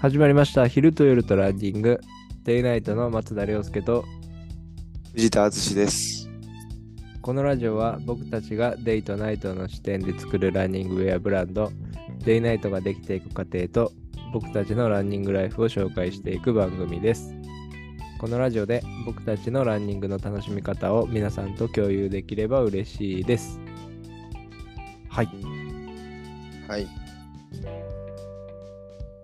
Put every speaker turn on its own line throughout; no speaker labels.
始まりました。昼と夜とランニング。デイナイトの松田涼介と、
藤田敦です。
このラジオは僕たちがデイとナイトの視点で作るランニングウェアブランド、デイナイトができていく過程と、僕たちのランニングライフを紹介していく番組です。このラジオで僕たちのランニングの楽しみ方を皆さんと共有できれば嬉しいです。はい、
はい。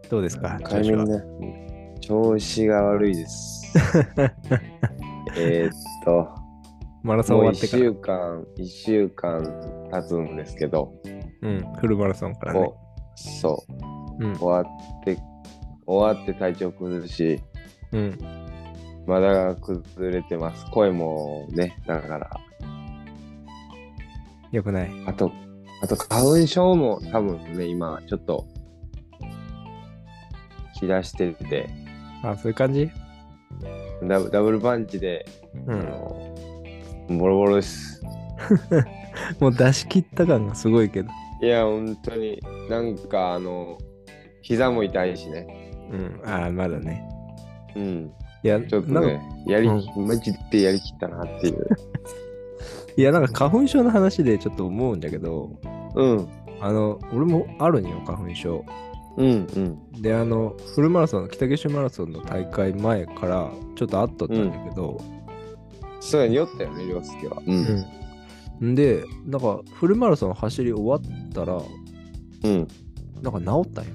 どうですか
タイミングね。調子が悪 いです。えーっと、
マラソン
もう
終わっ
1
てから、
週間、一週間経つんですけど、
うん、フルマラソンからね。
もう、そう、
うん、
終わって、終わって体調崩すし、
うん、
まだ崩れてます。声もね、だから、
よくない。
あと、あと花粉症も多分ね、今、ちょっと、き出してて、
あ、そういう感じ
ダブダブルパンチで
う
あ
ん。
のボロボロです。
もう出し切った感がすごいけど。
いや、本当に、なんか、あの、膝も痛いしね。
うん。ああ、まだね。
うん。
いや、
ちょっと
なん
ね
か、
やり、
う
マジでやりきったなっていう。
いや、なんか花粉症の話でちょっと思うんだけど、
うん。
あの、俺もあるんよ、花粉症。
うん。うん。
で、あの、フルマラソンの、北九州マラソンの大会前から、ちょっとあっとったんだけど、
そうや、酔ったよね、凌介は。うん。
んで、なんか、フルマラソン走り終わったら、
うん。
なんか治ったんよ。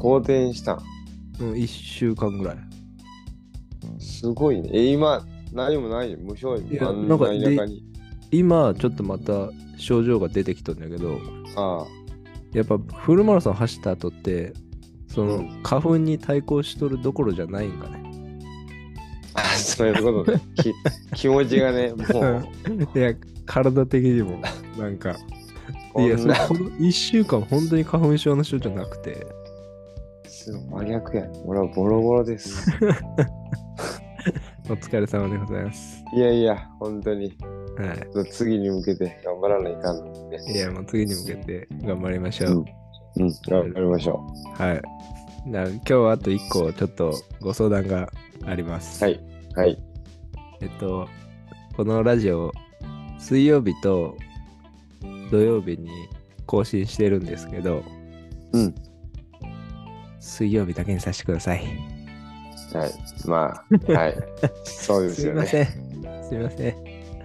好転したん。
うん、1週間ぐらい。
すごいね。え、今、何もないよ。無症
い
状。
や
あん
な
なん
か
田舎に。
今、ちょっとまた症状が出てきたんだけど、
ああ。
やっぱフルマラソン走った後って、その、
うん
花粉に対抗しとるどころじゃないんかね。
あそういうことね。 き気持ちがね、も う、
いや、体的にも、なん か。い
こ
や、
ん
そう
な、
この1週間、本当に花粉症の人じゃなくて、
すごい真逆やね。俺はボロボロです。
お疲れ様でございます。
いやいや、本当に。
は
次に向けて頑張らないかんのね
い。いや、もう次に向けて頑張りましょう。
うん、頑張りましょ
はい。な今日はあと1個、ちょっとご相談があります。
う。はい。はい。
えっと、このラジオ、水曜日と土曜日に更新してるんですけど、
うん。
水曜日だけにさせてください。
はい。まあ、はい。そうです
すい
よ
ま
ね。
せん。すいません。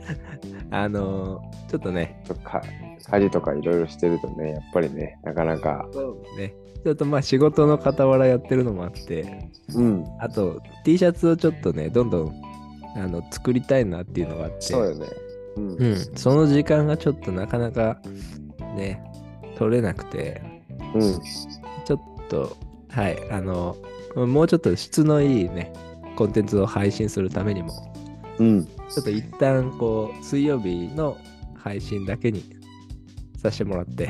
あのーちょっとね、
とか家事とかいろいろしてるとね、やっぱりね、なかなか。
ね、ちょっとまあ仕事の傍らやってるのもあって、
うん。
あと T シャツをちょっとね、どんどんあの作りたいなっていうのがあって、
そうよね。うん。う。
うんん、その時間がちょっとなかなかね、取れなくて、ちょっと、はい、あの、もうちょっと質のいいね、コンテンツを配信するためにも、
うん。
ちょっと一旦こう、水曜日の配信だけにさせてもらって、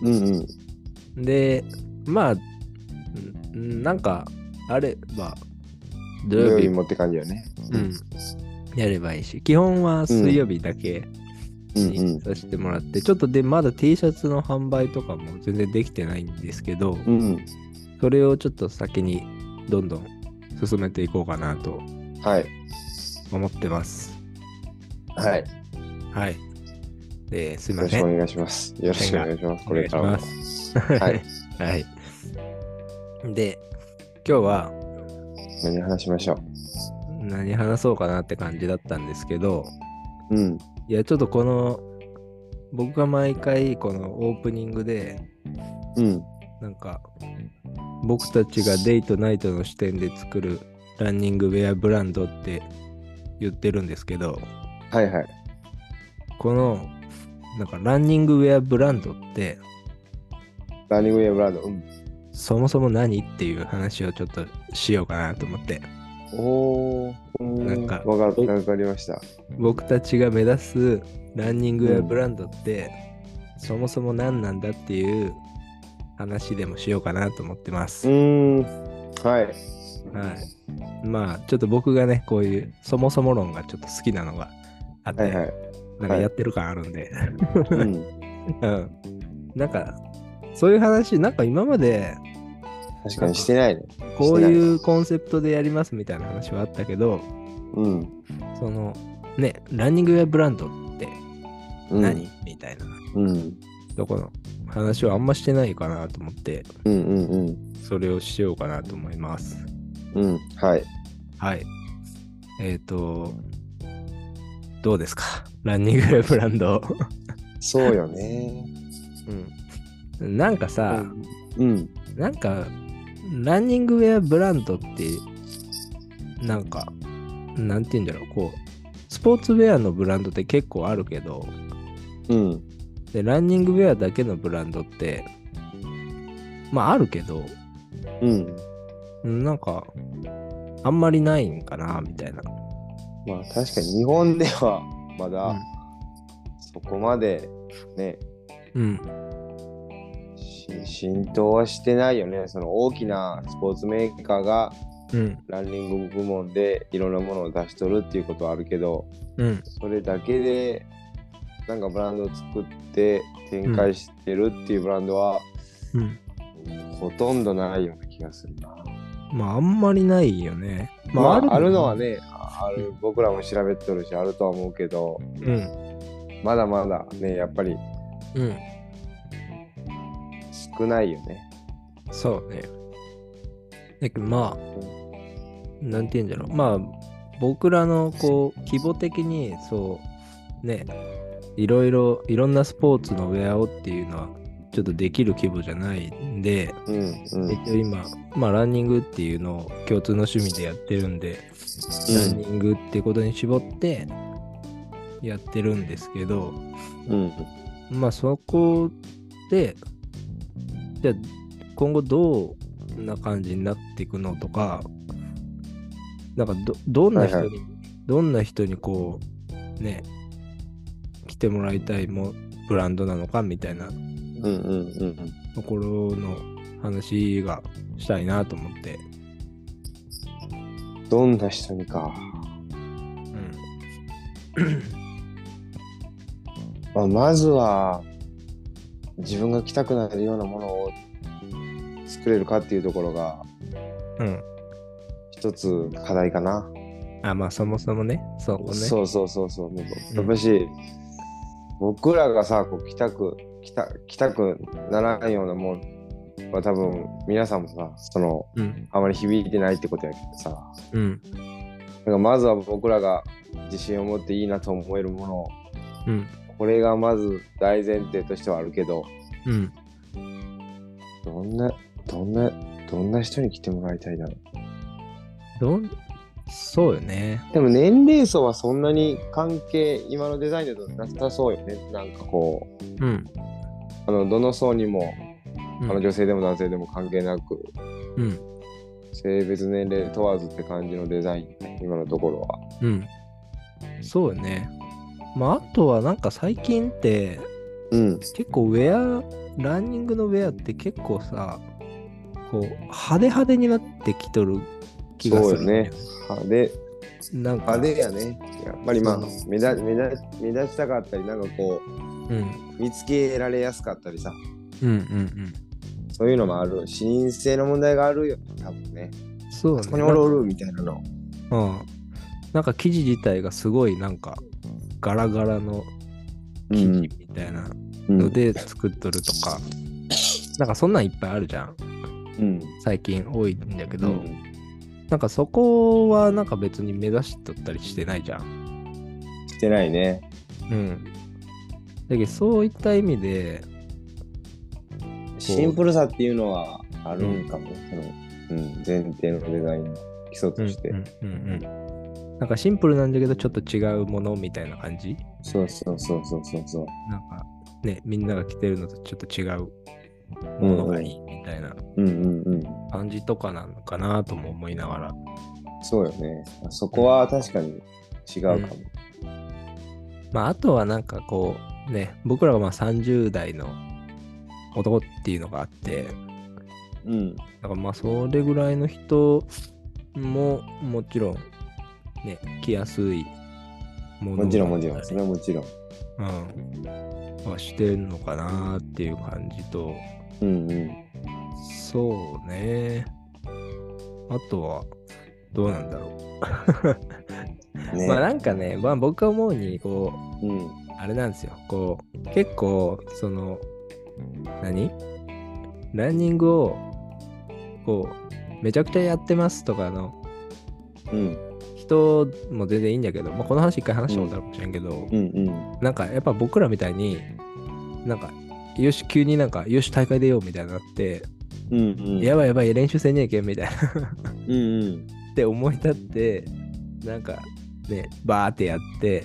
うん。うん。
で、まあ、んんなんかあれば、土曜日
もって感じよね。
うん、やればいいし、基本は水曜日だけ
うん。うん
にさせてもらって、ちょっとで、まだ T シャツの販売とかも全然できてないんですけど、。
うん。
それをちょっと先にどんどん進めていこうかなと
はい。
思ってます。
はい。よ
はい。えーすいま
ろ
せ
しくお
ん。
願いします。よろしくお願いします。これから
お願
も
いし。
はい。
はい。で、今日は、
何話しましょ
何話そうかなって感じだったんですけど
う。うん。
いやちょっとこの僕が毎回このオープニングで
うん。
なんか僕たちがデイとナイトの視点で作るランニングウェアブランドって言ってるんですけど
はいはい。
このなんかランニングウェアブランドって
ランニングウェアブランド。うん。
そもそも何っていう話をちょっとしようかなと思って
おー。うん
なんか
わかるわかりました。
僕たちが目指すランニングウェアブランドって、そもそも何なんだっていう話でもしようかなと思ってま
う
す。
ーん。はい。
はい、まあちょっと僕がねこういうそもそも論がちょっと好きなのがあって、
はいはい。
なんかやってる感あるんで、
うん。
うんなんかそういう話なんか今まで
確かにしてないね。
こういうコンセプトでやりますみたいな話はあったけど、
うん。
そのね、ランニングウェアブランドって
うん
何、みたいな
うん。
とこの話はあんましてないかなと思って、
うんうんうん。
それをしようかなと思います。
うん。はい。
はい。えっ、と、どうですかランニングウェアブランド。
そう よね。
うん、なんかさ、
うん。
なんか、ランニングウェアブランドって、なんか、なんて言うんだろう、こう、スポーツウェアのブランドって結構あるけど、
うん。
でランニングウェアだけのブランドって、まああるけど、
うん。
なんか、あんまりないんかな、みたいな。
まあ確かに日本ではま
う
だ
ん
そこまでね、
うん。
し浸透はしてないよね。その大きなスポーツメーカーが
うん。
ランニング部門でいろんなものを出しとるっていうことはあるけど、
うん。
それだけでなんかブランドを作って展開してるっていうブランドは
うん。
ほとんどないような気がするな。
まああんまりないよね。
まあ、あるのは
ね。
ね、ある僕らも調べてるし、あるとは思うけど、
うん。
まだまだね、やっぱり
うん。
少ないよね。
そうね。だけどまあ、なんて言うんだろう。まあ、僕らのこう、規模的に、そう、ね、いろいろ、いろんなスポーツのウェアをっていうのは、ちょっとできる規模じゃないんで、
うんうん
一応今、まあ、ランニングっていうのを共通の趣味でやってるんで、
うん
ランニングってことに絞ってやってるんですけど、
うん
まあそこで、じゃあ今後どんな感じになっていくのとか、なんかどどんな人に、
はい
どんな人にこう、ね、来てもらいたいもブランドなのかみたいな
うんうん
ところの話がしたいなと思って、
うん。どんな人にか。まあ、まずは自分が着たくなるようなものを作れるかっていうところが
うん。うん。
一つ課題かな。
あ、まあそもそもね、そこね。
そうそうそうそう。もうやっぱし、僕らがさこう着たく着た着たくならないようなもんは多分皆さんもさその
うん。
あまり響いてないってことやけどさ。
うん。
だからまずは僕らが自信を持っていいなと思えるものを
うん。
これがまず大前提としてはあるけど
うん。
どんなどんなどんな人に来てもらいたいだろ
どん、そうよね。
うでも年齢層はそんなに関係今のデザインだとなさそうよねなんかこう
うん。
あのどの層にも
う
あ
ん
の女性でも男性でも関係なく、
うん。
性別年齢問わずって感じのデザインね今のところは
うん。そうよね。まあ、あとはなんか最近って
うん
結構ウェア、ランニングのウェアって結構さ、こう派手派手になってきとる気がする、
そうよね。派手
なんか、
派手やねやっぱりまあ
そう
目立目立目立ちたかったりなんかこ
うん。
う見つけられやすかったりさ
うんうん
そういうのもある視認性の問題があるよね多分ね
うん。そうね。
そこにおるおるみたいなの
うん。なんか生地自体がすごいなんかガラガラの生地みたいなので作っとるとか、なんかそんなんいっぱいあるじゃん。
うん
最近多いんだけ
う
ど。
ん
なんかそこはなんか別に目指しとったりしてないじゃん。
してないね
うん。だけどそういった意味で、
シンプルさっていうのはあるんかも、その、うん、前提のデザインの基礎として、
うんうんうんなんかシンプルなんだけどちょっと違うものみたいな感じ
そうそうそうそうそうそう
なんかね、みんなが着てるのとちょっと違うものがいいみたいな
うんうんうん
感じとかなのかなとも思いながら。
そうよねそこは確かに違うかも、
まああとはなんかこうね、僕らがまあ30代の男っていうのがあって、
うん
だからまあそれぐらいの人ももちろんね、着やすいもの
もちろんもちろ
だ
ん
っ
そ
た
れ
り
はもちろん
うん。はしてるのかなっていう感じと、
うんうん
そうね。あとは、どうなんだろう。
ね、
まあなんかね、まあ、僕が思うに、こう、
うん
あれなんですよ。こう、結構、その、何ランニングを、こう、めちゃくちゃやってますとかの
うん
人も全然いいんだけど、まあ、この話一回話したことあるかもしれんけど、
うんうん
なんかやっぱ僕らみたいに、なんか、よし、急になんか、よし、大会出ようみたいになって、
うんうん
やばいやばい、練習せんねえけんみたいな
うんうん
って思い立って、なんか、ね、バーってやって、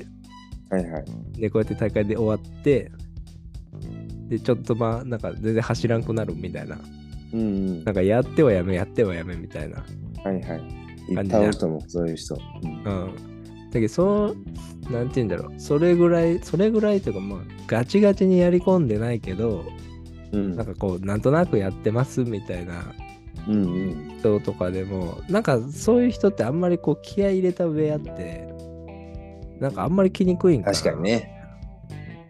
はいはい
でこうやって大会で終わってでちょっとまあなんか全然走らんくなるみたいな
うんうん
なんかやってはやめやってはやめみたいな
はいはいいっぱいおると思うそういう人うん
うんだけどそうなんて言うんだろうそれぐらいそれぐらいというかまあガチガチにやり込んでないけど
うん
なんかこうなんとなくやってますみたいな
うんうん
人とかでもなんかそういう人ってあんまりこう気合い入れた上あってなんかあんまり気にくいんかな
確かに、ね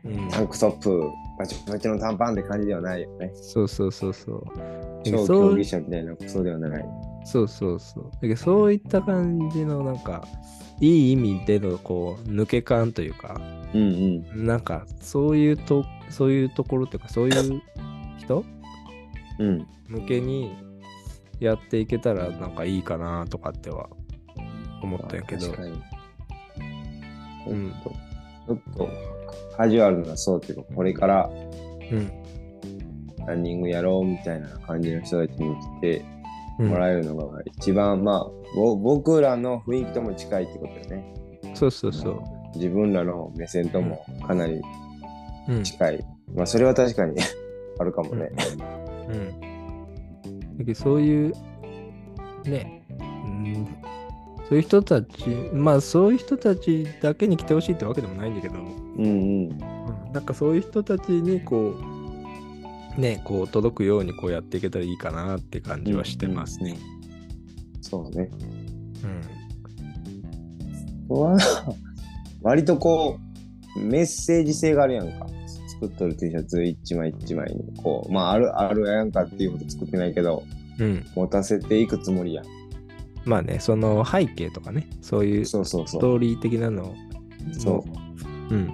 うん、
タンクトップ、バチバチの短パンって感じではないよね。
そうそうそうそう
超
そう
競技者みたいなそうではない。
そうそうそう。だけどそういった感じのなんか、いい意味でのこう、抜け感というか、
うんうん。
なんか、そういうと、そういうところというか、そういう人
うん。
向けにやっていけたらなんかいいかなとかっては思ったんやけど
確、かに。
うん
ちょっと、カジュアルな層っていうか、これから
うん。
ランニングやろうみたいな感じの人たちに来て
うん
もらえるのが一番、まあ、ぼ僕らの雰囲気とも近いってことよね。
そうそうそう。
自分らの目線ともかなり
うん。
近い。まあ、それは確かに あるかもね。
うん。だけどそういう、ね、うん、そういう人たち、まあそういう人たちだけに来てほしいってわけでもないんだけど、
うんうん。
うんなんかそういう人たちにこうねこう届くようにこうやっていけたらいいかなって感じはしてますね。
そうね。
うん
うわ 割とこうメッセージ性があるやんか作っとる T シャツ一枚一枚にこうまああるあるやんかっていうこと作ってないけど
うん
持たせていくつもりやん
まあねその背景とかねそういうス
そうそうそう
トーリー的なのを
そ
うん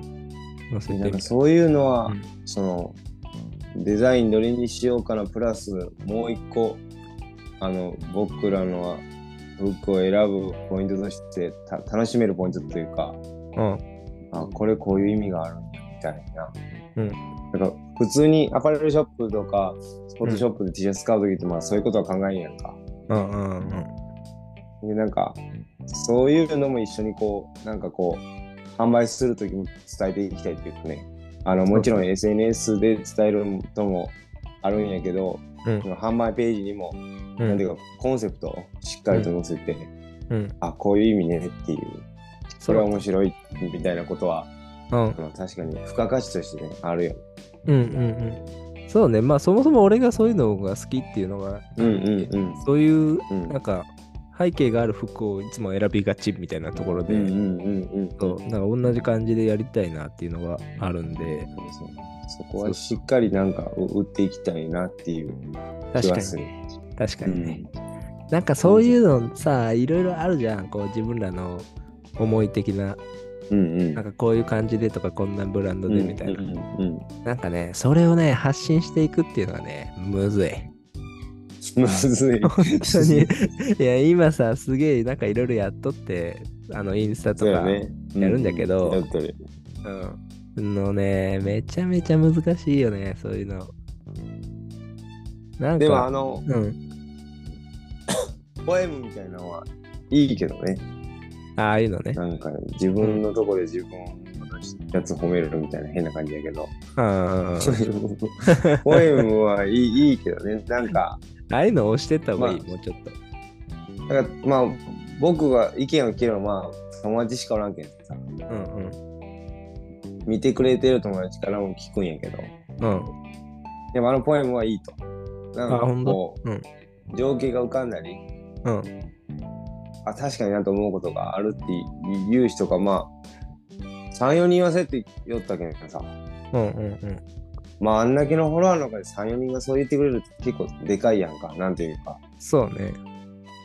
載せて
うなん
み
か
た
そういうのは、
うん
そのデザインどれにしようかなプラスもう一個あの僕らの服を選ぶポイントとしてた楽しめるポイントというか、
うん
あこれこういう意味があるんだみたいな。
うん
なんか普通にアパレルショップとかスポーツショップで T シャツ買うときってまあそういうことは考えんやんか。
うんうんうん
でなんかそういうのも一緒にこうなんかこう販売するときも伝えていきたいというかねあのもちろん SNS で伝えることもあるんやけど、
うん
販売ページにも、
うん
なんていうかコンセプトをしっかりと載せて、
うん
あこういう意味ねっていうそれは面白いみたいなことは
うん
まあ確かに付加価値としてねあるよね。
うんうんうんそうねまあそもそも俺がそういうのが好きっていうのが、
うんうんうん
そういう
うん
なんか背景がある服をいつも選びがちみたいなところ
う
で、
んうんうんうん
そうなんか同じ感じでやりたいなっていうのがあるんで
そうそこはしっかりなんかう売っていきたいなっていう気
確か
はす
に
る。
確か
う
にね
ん、
なんかそういうのさいろいろあるじゃんこう自分らの思い的な
うんうん
なんかこういう感じでとかこんなブランドでみたいな、
うんうんうんうん
なんかねそれをね発信していくっていうのはねむずい
むずい。
本当に いや今さすげえなんかいろいろやっとってあのインスタと
そう
か
やね。
やるんだけど
やっとる
うん、のねめちゃめちゃ難しいよねそういうのなんか
でもあの、
うん、
ポエムみたいなのはいいけどね。
ああいうのね
なんか自分のとこで自分のやつ褒めるみたいな変な感じやけど。
あ
ポエムはいいいいけどね。なんか、
あいうの押してった方がいい、
ま
もうちょっと。
なんかまあ僕が意見を聞けるのはまあ友達しかおらんけんさ。
うんうん。
見てくれてる友達からも聞くんやけど、
うん。
でもあのポエムはいいと。なんか
あほんと
こう、
うん
情景が浮かんだり、
うん。
あ、確かになと思うことがあるっていう人が、まあ、3、4人言わせって言ったけんさ、
うんうんうん。
まああんだけのフォロワーの中で3、4人がそう言ってくれるって結構でかいやんか、なんていうか。
そうね。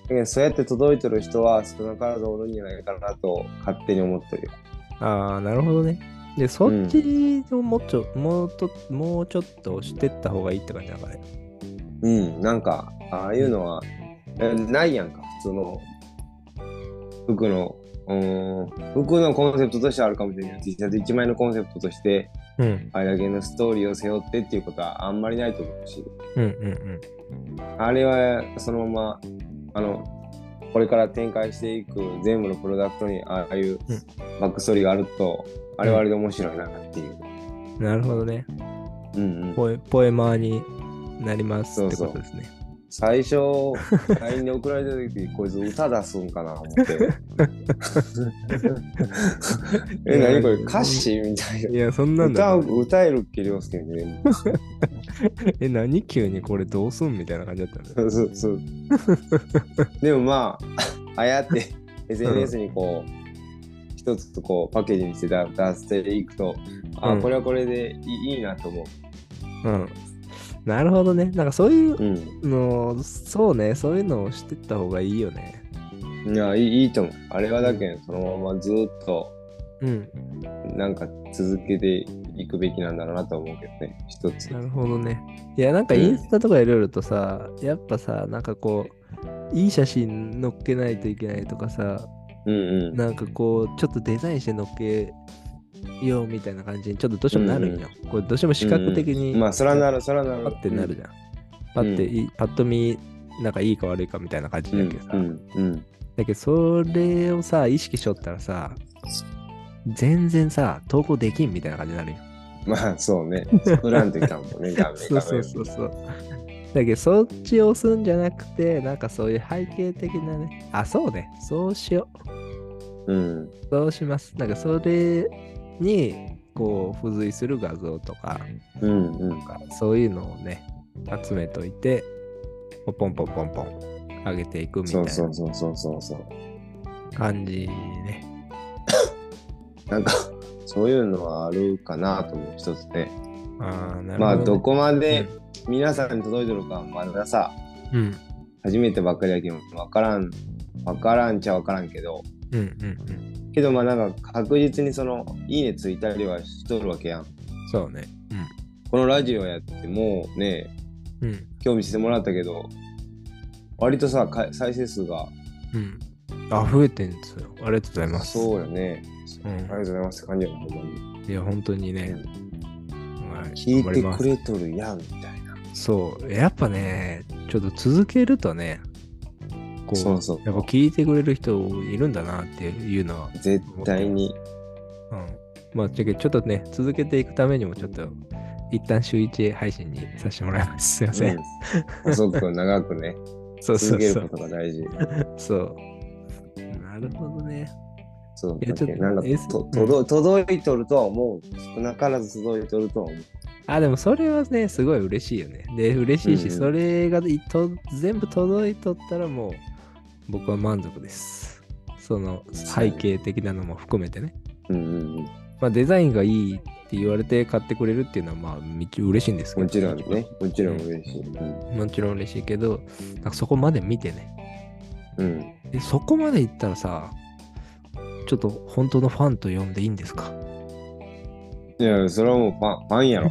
だけどそうやって届いてる人は少なからずおるんじゃないかなと勝手に思ってるよ。
ああ、なるほどね。で、そっちをもうちょ、もうともうちょっと押してった方がいいって感じなんかね。
うん、なんか、ああいうのは、えないやんか、普通の服の。うーん服のコンセプトとしてはあるかもしれない。T シャツ1枚のコンセプトとして、
うん。
あれだけのストーリーを背負ってっていうことはあんまりないと思うし、
うんうん
あれはそのまま、あの、これから展開していく全部のプロダクトにああいうバックストーリーがあると、あれはあれで面白いなっていう。
うん。なるほどね。
うんうん、
ポエポエマーになりますってことですね。
最初、LINE で送られた時、こいつ歌出すんかな思 って。え、何これ歌詞みたい
いや、そん
な。
なんだ
歌
な。
う歌えるっけ、りょうすけ にね。
え、何急にこれどうすんみたいな感じだったんだよ。
そうそうそう。でもまあ、ああ やって SNS にこう、一つとこうパッケージにして出出していくと、あ、
うん
これはこれでいいいいなと思う。
うん。なるほどね。なんかそういう
うん。
の、そうね、そういうのをしてった方がいいよね。
いや、いいいいと思う。あれはだけど、そのままずっと、
うん。
なんか続けていくべきなんだろうなと思うけどね、一つ。
なるほどね。いや、なんかインスタとかいろいろとさ、やっぱさ、なんかこう、いい写真載っけないといけないとかさ、
うんうん。
なんかこう、ちょっとデザインして載っけようみたいな感じに、ちょっとどうしてもなるんよ。こうどうしても視覚的に、
まあ、そらなる、そらなる。
パッてなるじゃん。パ
うん
ッていい、パッと見、なんかいいか悪いかみたいな感じ
うん
だけどさ。
うんうん。
だけど、それをさ、意識しとったらさ、全然さ、投稿できんみたいな感じになるよ。
まあ、そうね。作らんといかんも んね、画面。
そうそうそうそう。だけど、そっちを押すんじゃなくて、なんかそういう背景的なね、あ、そうね、そうしよ
画面うん。
う。そうします。なんかそれに、こう、付随する画像とか、
うんうん。
なんかそういうのをね、集めといて、ポンポンポンポン上げていくみたい
そう
な
そうそうそうそうそう。
感じね。
なんか、そういうのはあるかなと思う、一つね。
ああ、なるほど、ね。
まあ、どこまで皆さんに届いてるかはまださ、
うん、うん、
初めてばっかりだけど、わからん、わからんちゃわからんけど、
うん、うん。
けどまあなんか確実にその、いいねついたりはしとるわけやん。
そうね。
このラジオやってもうね、
うん、うん、
興味してもらったけど、割とさ、か再生数が、
うん。あ、増えてんですよ。ありがとうございます。
そうよね。
うん
ありがとうございますって感じやな、ほんまに。
いや、本当にね。
うん
はい、
聞
頑張り
い
ま
て
す
くれとるやん、みたいな。
そう。やっぱね、ちょっと続けるとね、こう、
そうそう
やっぱ聞いてくれる人いるんだなっていうのは、
絶対に。
うん。まあ、ちょちょっとね、続けていくためにも、ちょっと、一旦週一配信にさせてもらいます。すいません。
うん細く長くね、
そうそ
続
う
け
そ
る
う
こ。とが大事。
そう。なるほどね。
そう
いやちょっと
なんか
S-
と届届いとるとは思う。少なからず届いとるとは思う。
あ、でもそれはね、すごい嬉しいよね。で、嬉しいし、
うんうん
それがいと全部届いとったらもう、僕は満足です。その背景的なのも含めてね。
うんうんうん。
まあ、デザインがいいって言われて買ってくれるっていうのは、まあ、み嬉しいんですけど。
もちろんね。、もちろん嬉しい。うん。
もちろん嬉しいけど、なんかそこまで見てね。
うん、
で、そこまで行ったらさ、ちょっと本当のファンと呼んでいいんですか
いや、それはもうファンファンや ろ。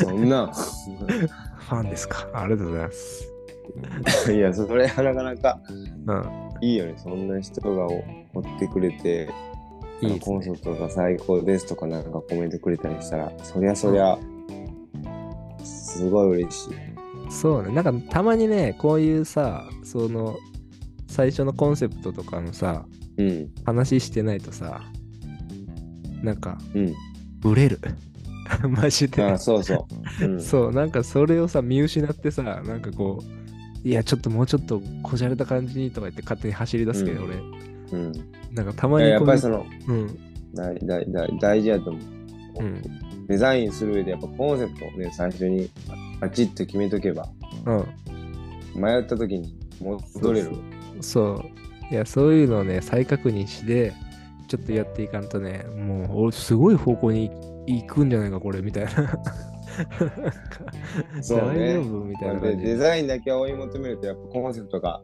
そんな。
ファンですかありがとうございます。
いや、それはなかなか
うん。
いいよね。そんな人がお追ってくれて、
いいです
コン
ね
サ。ートが最高ですとかなんかコメントくれたりしたら、そりゃそりゃ、すごい嬉しい。
そうね、なんかたまにね、こういうさ、その、最初のコンセプトとかのさ、
うん。
話してないとさ、なんか、
うん。
ブレる。 マジ
あ
で
あ、。そうそう。うん、
そう、なんかそれをさ、見失ってさ、なんかこう、いや、ちょっともうちょっとこじゃれた感じにとか言って勝手に走り出すけど、
うん
俺、
うん。
なんかたま
い
に
や
こ
やっぱりそうの、
いう、うん、
大大大大事やと思う、
うん
デザインする上でやっぱコンセプトをね最初にバチッと決めとけば迷った時に戻れる
そう。いや、そういうのをね、再確認して、ちょっとやっていかんとね、もう俺すごい方向に行くんじゃないか、これみたいな。なんか
そう
大
ね
丈夫みたいな
で
感
デ
じ。
ザインだけ追い求めるとやっぱコンセプトが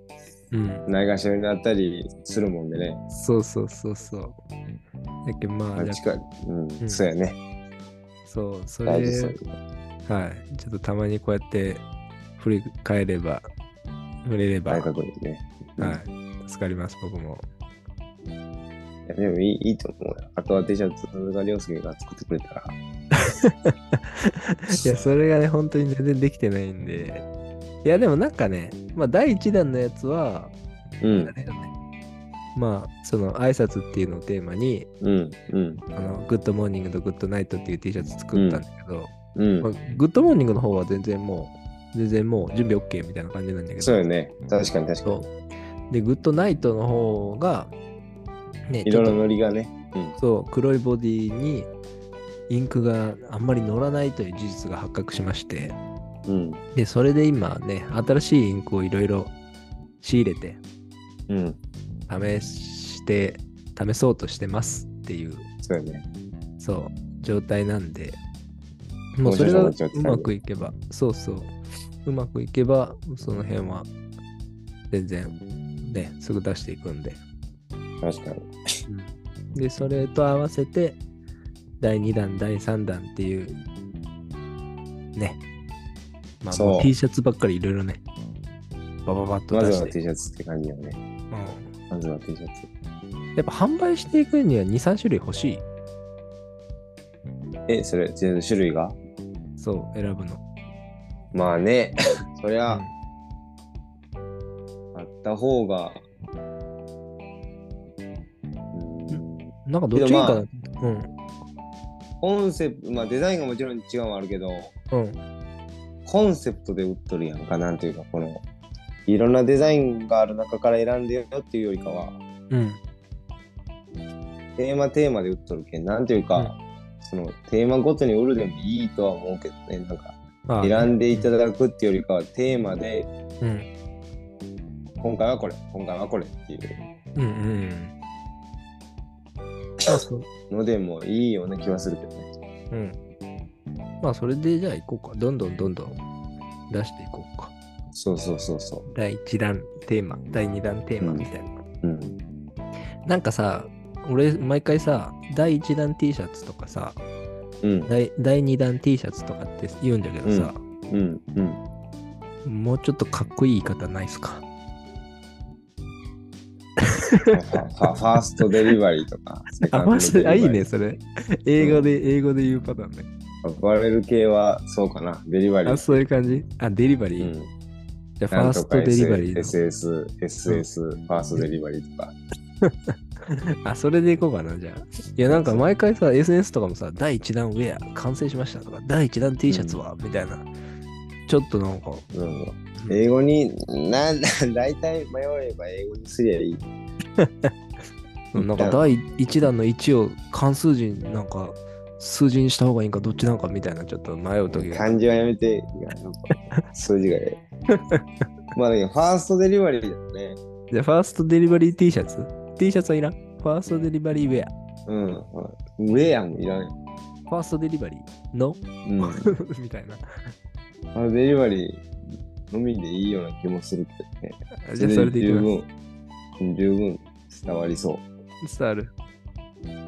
うん、
ないがしろになったりするもんでね。
そうそうそうそう。だけどま
ま
あ、
あ
じゃあ
近いうん
うん
そうやね。
そう、それ
大
で
事そう。
はい、ちょっとたまにこうやって振り返れば、触れれば、
大
は
学にね。
い、助かります、僕 も。
いやでもいいいいと思うよ。あとは T シャツが涼介が作ってくれたら。
いや、それがね、本当に全然できてないんで。いや、でもなんかね、まあ、第1弾のやつは、あ
うん
れだねまあ、その挨拶っていうのをテーマに、
うんうん
あの、グッドモーニングとグッドナイトっていう T シャツ作ったんだけど、
うん。
まあ、グッドモーニングの方は全然もう、全然もう準備 OK みたいな感じなんだけど、
そうよね。確かに確かに。
そうで、グッドナイトの方が、ね、
い
ちょ
ろ
っ
い
と
ろノリがね。うん
そう黒いボディにインクがあんまり乗らないという事実が発覚しまして
うん
でそれで今ね新しいインクをいろいろ仕入れて
うん。
試して試そうとしてますっていう
そうよね。
そう状態なんでもうそれが
面
う
白そうな状態
まくいけばそうそううまくいけばその辺は全然ねすぐ出していくんで
確かに。
でそれと合わせて第2弾第3弾っていうねまあ
そう
もう T シャツばっかりいろいろねバババッと
ま
出
ず
し
は
て、
T シャツって感じよね。
うん
まずは T シャツ。
やっぱ販売していくには23種類欲しい
え、それ、全然種類が
そう選ぶの
まあね、 そりゃ
うん、
あった方が、うん、
なんかどっちがいいかな、
コンセプト、まあデザインがもちろん違うのはあるけど、
うんうん
コンセプトで売っとるやんか、なんていうか、この、いろんなデザインがある中から選んでよっていうよりかは、
うん
テーマテーマで売っとるけん、なんていうか、
うん
そのテーマごとに売るでもいいとは思うけどね、なんか、
まあ
選んでいただくっていうよりかは、テーマで、
うん
今回はこれ、今回はこれっていう。
うんうんうんまあそう
のでもいいような気はするけどね。
うんまあそれでじゃあ行こうかどんどんどんどん出していこうか
そうそうそうそ
第1弾テーマ第2弾テーマみたいな、
う。うん。
なんかさ俺毎回さ第1弾 T シャツとかさ
うん。
第第2弾 T シャツとかって言うんだけどさ、
うん。うん。
もうちょっとかっこいい言い方ないっすか
ファファファーストデリバリーとか。セカ
あ
ンド
マジであ
デリ
い
バ
い
リー
ね。それ英語で、英語で言うパターンね
アパレル系はそうかな。デリバリ
あ
ー。
そういう感じあデリバリ
う
ー、
ん。
じゃあフ
な
ァ
ん
ー
と
ス
か
トデリバリ
S-
ー
SS、SS、ファーストデリバリーとか。
のあそれでいこうかなじゃあいやなんか毎回さ SNS とかもさ第1弾ウェア完成しましたとか第1弾 T シャツは、みたいなちょっとなんか
うん。英語に、な、大体迷えば英語にすりゃいい。
なんか第1弾の1を関数字になんか数字にした方がいいんかどっちなんかみたいなちょっと迷う時が。
漢字はやめて、いやなんか数字が ええ。まあだけど、ファーストデリバリーだよね。
じゃあファーストデリバリー T シャツ ?T シャツはいらんファーストデリバリーウェア
うん。ウェアもいらない。
ファーストデリバリーの
うん。
みたいな。
あのデリバリーのみでいいような気もするけどね。
じゃあそれでいき
十
ま
分、十分伝わりそ
す。伝わる。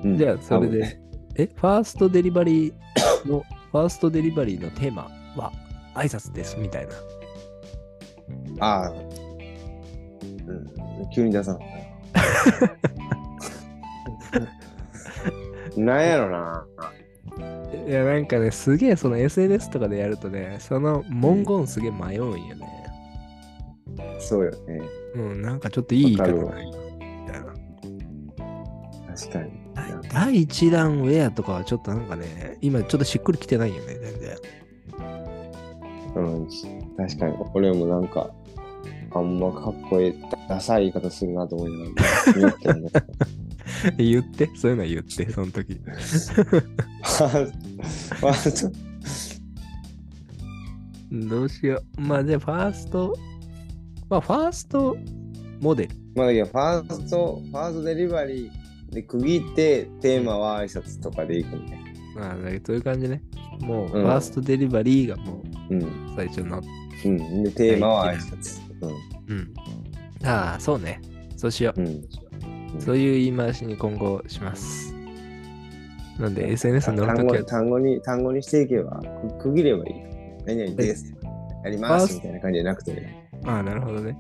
う。うん
じゃあそれ。
多分ね
で。え、ファーストデリバリーの、ファーストデリバリーのテーマは挨拶ですみたいな。
ああ。うん、急に 出さん。なんやろな。
いやなんかね、すげえその SNS とかでやるとね、その文言すげえ迷うんよね。
そうよね。
うん、なんかちょっといい言い方ないみたいな。
確かに。
第1弾ウェアとかはちょっとなんかね、今ちょっとしっくりきてないよね、全然。
うん、確かに。俺もなんか、あんまかっこいい、ダサい言い方するなと思いながら見てる ね。
言って、そういうのは言 って、その時。
ファーストファースト、
どうしよう。まあじゃあ、ファースト、まあファーストモデル。
まあだけど、ファースト、ファーストデリバリーで、区切ってテーマは挨拶とかでいくみたいな。
まあ、だけどそういう感じね。もう、フ
うん
ァーストデリバリーがもう
うん。
最初の。
うん。で、テーマは挨拶。
うん。ああ、そうね。そうしよ
う
う。
ん。うん。
そういう言い回しに今後します。なんで、SNS に乗る
単
とき
語
は、
単語に、単語にしていけば、く区切ればいい。何々です。やります。みたいな感じじゃなくてね。
ああ、なるほどね。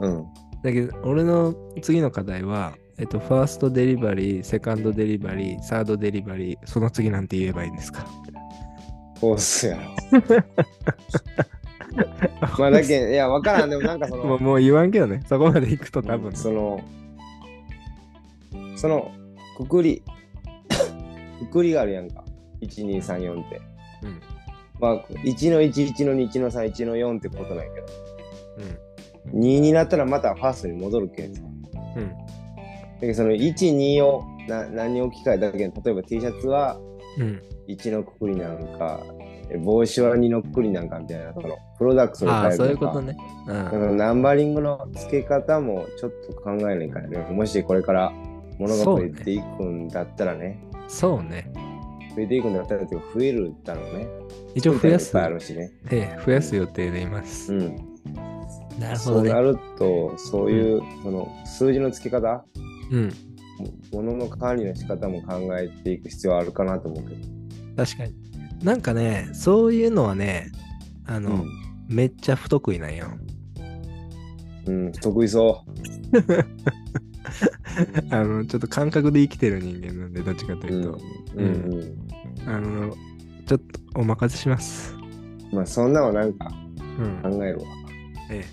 うん。
だけど、俺の次の課題は、えっと、ファーストデリバリー、セカンドデリバリー、サードデリバリー、その次なんて言えばいいんですか
コー スやろ。まあ、だけんいや、わからん。でもなんか そ
も
の
う、もう言わんけどね、そこまで行くと多
う
分
ん。その、その、くくり、くくりがあるやんか。1、2、3、4って。
うん。
まあ、1の1、1の2、1の3、1の4ってことなんやけど、
うん。
2になったらまたファーストに戻るけんさ。
うん。
だけどその1、2をな何に置き換えたけん、例えば T シャツは
うん。
1のくくりなんか、え帽子は2のくくりなんかみたいな、そのプロダクトに
あ
変え
あ、
るとか。
そういうことね。う
だか
ん。
らナンバリングの付け方もちょっと考えないからね。もしこれから物が増えていくんだったらね。
そうね。
増えていくんだったらっていうか増えるだろうね。
一応増やす
いっぱいあるしね。
ええ増やす予定でいます。
うん。
なるほ
そ
ど
うな
ね。
ると、そういう、その数字の付け方、
うん。
ものの管理の仕方も考えていく必要はあるかなと思うけど。
確かに。なんかね、そういうのはね、あの、めっちゃ不得意なんよ。
うん、うん、得意そ
あの、ちょっと感覚で生きてる人間なんで、どっちかと
う。う
いうんと。、
うん、うん。
あの、ちょっとお任せします。
まあ、そんなのなんか
うん。
考えるわ。
え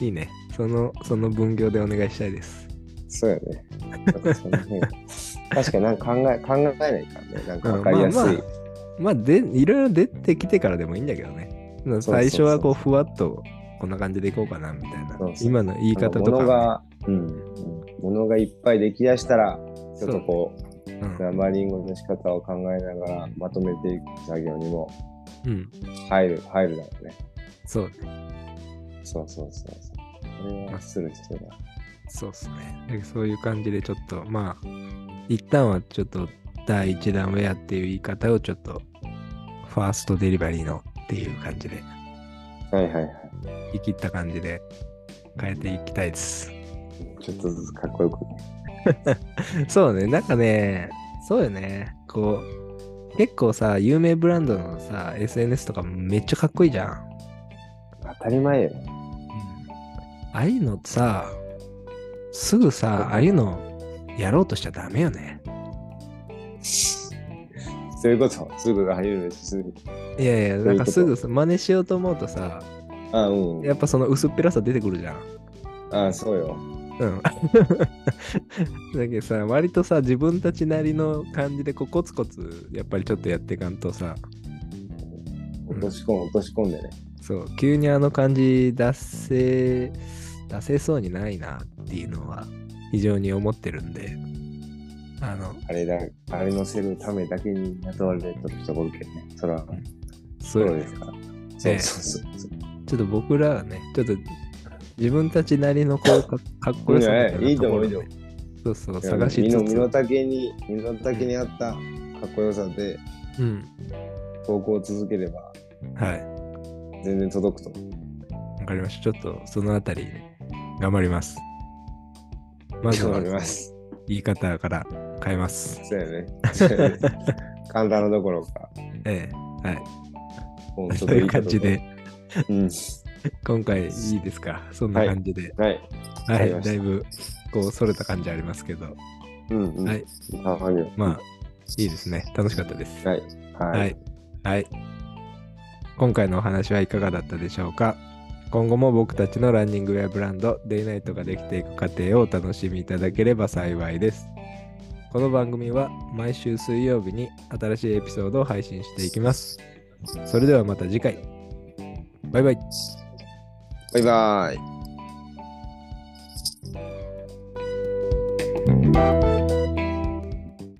え。いいね。その、その分業でお願いしたいです。
そうやね。なんかその 辺確かになんか考え、考えないからね。なんかわかりやすい。
うんまあまあ、で、いろいろ出てきてからでもいいんだけどね。まあ
そうそうそう
最初はこう、ふわっと、こんな感じでいこうかな、みたいな
そう。そう
今の言い
なん
方
か
と
物
か
が、うん、物がいっぱいできだしたら、ちょっとこう、
もね。うん
ナンバリングの仕方を考えながらまとめていく作業にも
うん。
入る、入るだろうね。
そう
そうそうそうそう。これはする必要だ。
そうっすね。なんかそういう感じでちょっと、まあ、一旦はちょっと第一弾ウェアっていう言い方をちょっと、ファーストデリバリーのっていう感じで、
はいはいはい。
言い切った感じで変えていきたいです。
ちょっとずつかっこよくね。
そうね、なんかね、そうよね、こう、結構さ、有名ブランドのさ、SNS とかめっちゃかっこいいじゃん。
当たり前よ。
ああいうのさ、すぐさ、ああいうのやろうとしちゃダメよね。
そういうこと、すぐ入るし、すぐ。
いやいや、なんかすぐさ、真似しようと思うとさ、
あうん。
やっぱその薄っぺらさ出てくるじゃん。
あそうよ。
うん。 だけどさ、割とさ、自分たちなりの感じでこうコツコツ、やっぱりちょっとやっていかんとさ、
落とし込む、落とし込んでね。
そう、急にあの感じ出せ、出せそうにないなっていうのは非常に思ってるんで、あの、
あれだ、あれ乗せるためだけに雇われた人がおるけどね。そら、
そ
プ
う
ロ
で
です
ね
すから。
え
そ
え
うそうそう。
ちょっと僕らはね、ちょっと自分たちなりのこうかかっこよさみたい
いやい
ないところをね
いいと思
そうそう、
そう
探し
身
つ
の身の
つ、
丈に、身の丈に合ったかっこよさで
うん、
投稿を続ければ
はい。
全然届くと。
わかりました。ちょっとそのあたり、頑張ります。まずは
思います。
言い方から変えます。
そうやね。そうやね簡単などころか。
ええ、はい。
もうち
と
ょっと
い
いう い
感じで、
こと。うん。
今回いいですかそんな感じで。
はい。
は
わか
い、
りました
だいぶ、こう、それた感じありますけど、
うんうん。
はい。
あはい。
まあ、いいですね。楽しかったです。
はい。
は
はい
い。。はい。今回のお話はいかがだったでしょうか今後も僕たちのランニングウェアブランド、デイナイトができていく過程をお楽しみいただければ幸いです。この番組は毎週水曜日に新しいエピソードを配信していきます。それではまた次回。バイバイ。
バイバイ。